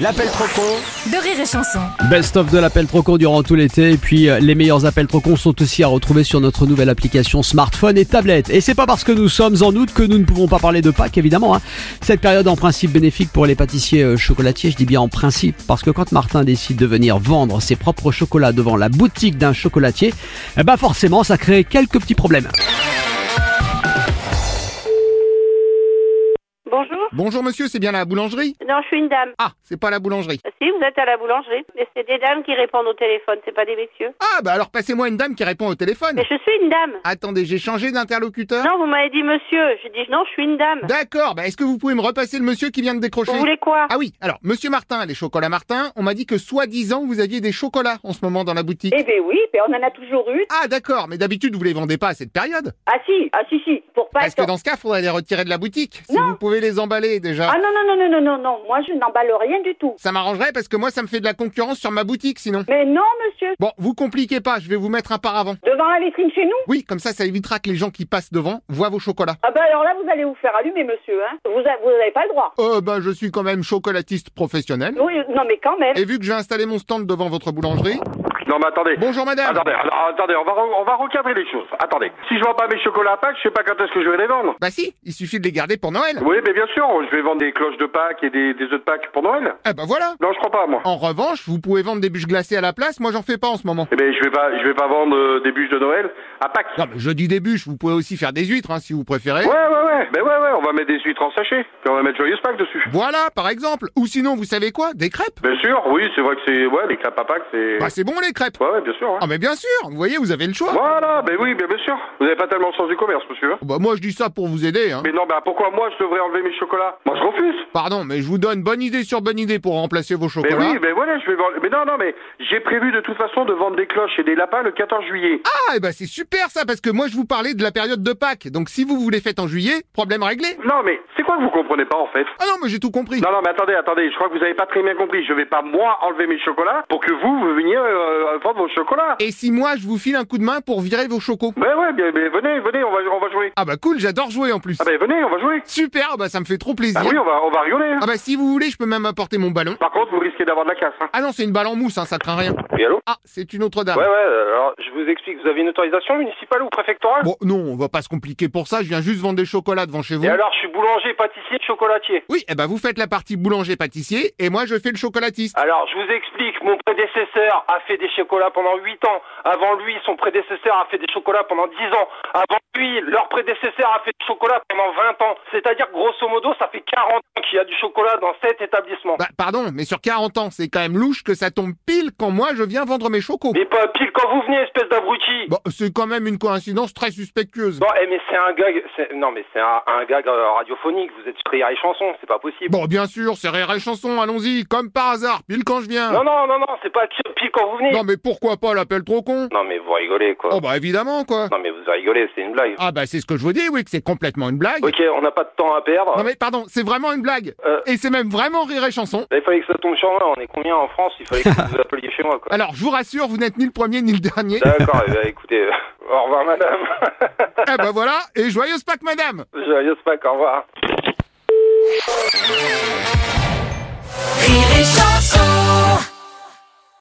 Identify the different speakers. Speaker 1: L'appel trop con
Speaker 2: de rire et chanson.
Speaker 3: Best of de l'appel trop con durant tout l'été et puis euh, les meilleurs appels trop cons sont aussi à retrouver sur notre nouvelle application smartphone et tablette. Et c'est pas parce que nous sommes en août que nous ne pouvons pas parler de Pâques évidemment. hein. Cette période en principe bénéfique pour les pâtissiers euh, chocolatiers, je dis bien en principe parce que quand Martin décide de venir vendre ses propres chocolats devant la boutique d'un chocolatier, eh ben forcément ça crée quelques petits problèmes.
Speaker 4: Bonjour.
Speaker 5: Bonjour monsieur, c'est bien la boulangerie
Speaker 4: Non, je suis une dame.
Speaker 5: Ah, c'est pas la boulangerie.
Speaker 4: Si, vous êtes à la boulangerie. Mais c'est des dames qui répondent au téléphone, c'est pas des messieurs.
Speaker 5: Ah, bah alors passez-moi une dame qui répond au téléphone.
Speaker 4: Mais je suis une dame.
Speaker 5: Attendez, j'ai changé d'interlocuteur.
Speaker 4: Non, vous m'avez dit monsieur. Je dis non, je suis une dame.
Speaker 5: D'accord, bah est-ce que vous pouvez me repasser le monsieur qui vient de décrocher
Speaker 4: Vous voulez quoi
Speaker 5: Ah oui, alors monsieur Martin, les chocolats Martin, on m'a dit que soi-disant vous aviez des chocolats en ce moment dans la boutique.
Speaker 6: Eh ben oui, ben on en a toujours eu.
Speaker 5: Ah d'accord, mais d'habitude vous les vendez pas à cette période.
Speaker 6: Ah si, ah si, si, pour pas
Speaker 5: Parce que
Speaker 6: être...
Speaker 5: dans ce cas, faudrait les retirer de la boutique. Si
Speaker 6: Non.
Speaker 5: vous pouvez les emballer déjà.
Speaker 6: Ah non, non, non, non, non, non, non, moi je n'emballe rien du tout.
Speaker 5: Ça m'arrangerait parce que moi ça me fait de la concurrence sur ma boutique sinon.
Speaker 6: Mais non, monsieur,
Speaker 5: Bon, vous compliquez pas, je vais vous mettre un paravent.
Speaker 6: devant la vitrine chez nous
Speaker 5: Oui, comme ça ça évitera que les gens qui passent devant voient vos chocolats.
Speaker 6: Ah ben alors là, vous allez vous faire allumer, monsieur, hein. Vous n'avez pas le droit.
Speaker 5: Euh, ben, je suis quand même chocolatiste professionnel.
Speaker 6: Oui, non mais quand même.
Speaker 5: Et vu que j'ai installé mon stand devant votre boulangerie.
Speaker 7: Non mais attendez.
Speaker 5: Bonjour madame.
Speaker 7: Attendez, alors, attendez, on va, re- on va recadrer les choses. Attendez. Si je vends pas mes chocolats à Pâques, je sais pas quand est-ce que je vais les vendre.
Speaker 5: Bah si, il suffit de les garder pour Noël.
Speaker 7: Oui, mais bien sûr, je vais vendre des cloches de Pâques et des, des œufs de Pâques pour Noël.
Speaker 5: Eh ben voilà.
Speaker 7: Non, je crois pas, moi.
Speaker 5: En revanche, vous pouvez vendre des bûches glacées à la place, moi j'en fais pas en ce moment.
Speaker 7: Eh ben, je vais pas, je vais pas vendre euh, des bûches de Noël à Pâques.
Speaker 5: Non mais je dis des bûches, vous pouvez aussi faire des huîtres hein, si vous préférez.
Speaker 7: Ouais, ouais, ouais. Ben ouais, ouais, on va mettre des huîtres en sachet. Puis on va mettre Joyeuse Pâques dessus.
Speaker 5: Voilà, par exemple. Ou sinon, vous savez quoi Des crêpes
Speaker 7: Bien sûr, oui, c'est vrai que c'est, ouais, les crêpes à Pâques, c'est...
Speaker 5: Bah c'est bon les crêpes.
Speaker 7: Ouais, ouais, bien sûr. hein.
Speaker 5: Ah mais bien sûr, vous voyez, vous avez le choix.
Speaker 7: Voilà, ben oui, ben bien sûr. Vous avez pas tellement le sens du commerce, monsieur. hein.
Speaker 5: Bah moi je dis ça pour vous aider. Hein.
Speaker 7: Mais non, ben pourquoi moi je devrais enlever mes chocolats Moi je refuse.
Speaker 5: Pardon, mais je vous donne bonne idée sur bonne idée pour remplacer vos
Speaker 7: Mais
Speaker 5: chocolats.
Speaker 7: oui, mais voilà, je vais vendre. Mais non, non, mais j'ai prévu de toute façon de vendre des cloches et des lapins le 14 juillet.
Speaker 5: Ah, et bah c'est super ça, parce que moi je vous parlais de la période de Pâques. Donc si vous voulez fête en juillet, problème réglé.
Speaker 7: Non, mais c'est quoi que vous comprenez pas en fait
Speaker 5: Ah non, mais j'ai tout compris.
Speaker 7: Non, non, mais attendez, attendez, je crois que vous avez pas très bien compris. Je vais pas moi enlever mes chocolats pour que vous, vous veniez euh, vendre vos chocolats.
Speaker 5: Et si moi je vous file un coup de main pour virer vos chocos
Speaker 7: Ben ouais, bien, ben, venez, venez, on va, on va jouer.
Speaker 5: Ah bah cool, j'adore jouer en plus.
Speaker 7: Ah ben venez, on va jouer.
Speaker 5: Super, bah ça me fait trop plaisir.
Speaker 7: Ah oui, on va, on va rigoler. hein.
Speaker 5: Ah bah si vous voulez, je peux même apporter mon ballon.
Speaker 7: Par contre, vous risquez d'avoir de la casse. Hein.
Speaker 5: Ah non, c'est une balle en mousse, hein, ça craint rien.
Speaker 8: Oui, allô
Speaker 5: Ah, c'est une autre dame.
Speaker 8: Ouais, ouais, alors je vous explique, vous avez une autorisation municipale ou préfectorale
Speaker 5: Bon, non, on va pas se compliquer pour ça, je viens juste vendre des chocolats devant chez vous.
Speaker 8: Et alors, je suis boulanger, pâtissier, chocolatier.
Speaker 5: Oui, eh bah vous faites la partie boulanger-pâtissier, et moi je fais le chocolatiste.
Speaker 8: Alors, je vous explique, mon prédécesseur a fait des chocolats pendant 8 ans. Avant lui, son prédécesseur a fait des chocolats pendant 10 ans. Avant lui, leur prédécesseur a fait des chocolats pendant 20 ans. C'est-à-dire, grosso modo, ça fait 40 ans qu'il y a du chocolat dans cet établissement.
Speaker 5: Bah pardon, mais sur 40 ans, c'est quand même louche que ça tombe pile quand moi je viens vendre mes chocos.
Speaker 8: Mais pas pile quand vous venez, espèce d'abruti
Speaker 5: Bon, c'est quand même une coïncidence très suspectueuse.
Speaker 8: Non, eh, mais c'est un gag, c'est- non, mais c'est un, un gag euh, radiophonique, vous êtes sur et chanson, c'est pas possible.
Speaker 5: Bon, bien sûr, c'est rire et chanson, allons-y, comme par hasard, pile quand je viens.
Speaker 8: Non, non, non, non, c'est pas que pile quand vous venez.
Speaker 5: Non, mais pourquoi pas l'appel trop con
Speaker 8: Non, mais vous rigolez, quoi.
Speaker 5: Oh bah évidemment quoi.
Speaker 8: Non, mais vous rigolez, c'est une blague.
Speaker 5: Ah bah c'est ce que je vous dis, oui, que c'est complètement une blague.
Speaker 8: Ok, on n'a pas de temps à perdre.
Speaker 5: Non mais pardon, c'est vraiment une blague.
Speaker 8: Euh.
Speaker 5: Et c'est même vraiment rire et chanson.
Speaker 8: Bah, Il fallait que ça tombe sur moi. On est combien en France Il fallait que vous appeliez chez moi, quoi.
Speaker 5: Alors je vous rassure, vous n'êtes ni le premier ni le dernier.
Speaker 8: D'accord, eh bien, écoutez, euh, au revoir, madame.
Speaker 5: eh bah voilà, et joyeuse Pâques madame
Speaker 8: Joyeuse Pâques, au revoir.
Speaker 2: Rire et chanson.